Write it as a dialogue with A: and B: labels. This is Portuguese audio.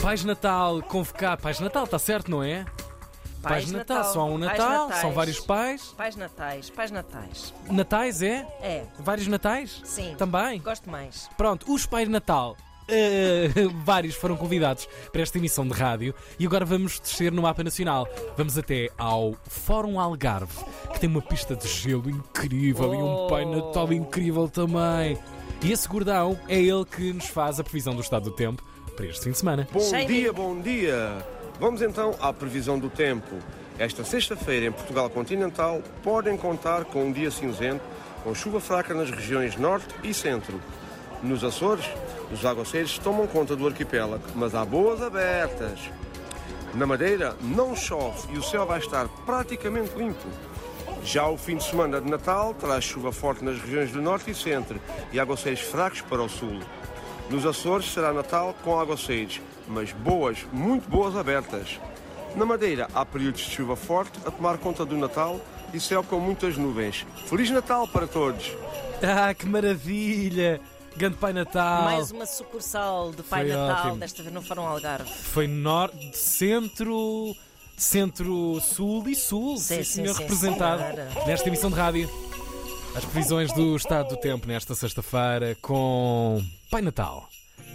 A: Pais de Natal, convocar. Pais de Natal, está certo, não é? Pais de Natal, só há um
B: Pais
A: Natal,
B: natais.
A: são vários pais.
B: Pais natais, pais natais.
A: Natais é?
B: É,
A: Vários Natais?
B: sim.
A: Também?
B: Gosto mais.
A: Pronto, os pais de Natal. eh, vários foram convidados para esta emissão de rádio e agora vamos descer no mapa nacional. Vamos até ao Fórum Algarve, que tem uma pista de gelo incrível e um Pai
B: Oh.
A: Natal incrível também. E esse gordão é ele que nos faz a previsão do estado do tempo para este fim de semana.
C: Bom
B: Shiny.
C: dia, bom dia! Vamos então à previsão do tempo. Esta sexta-feira, em Portugal continental, podem contar com um dia cinzento, com chuva fraca nas regiões norte e centro. Nos Açores, os aguaceiros tomam conta do arquipélago, mas há boas abertas. Na Madeira, não chove e o céu vai estar praticamente limpo. Já o fim de semana de Natal traz chuva forte nas regiões do norte e centro e aguaceiros fracos para o sul. Nos Açores será Natal com aguaceiros, mas boas, muito boas abertas. Na Madeira há períodos de chuva forte a tomar conta do Natal e céu com muitas nuvens. Feliz Natal para todos!
A: Ah, que maravilha! Grande Pai Natal!
B: Mais um. uma sucursal de Pai
A: Ah. Foi
B: Natal,
A: ótimo.
B: desta vez não foram Algarve.
A: Foi norte, centro, centro-sul e sul,
B: Sim,
A: sim,
B: sim,
A: senhor,
B: sim,
A: representado
B: senhora.
A: nesta emissão de rádio. As previsões do estado do tempo nesta sexta-feira com Pai Natal.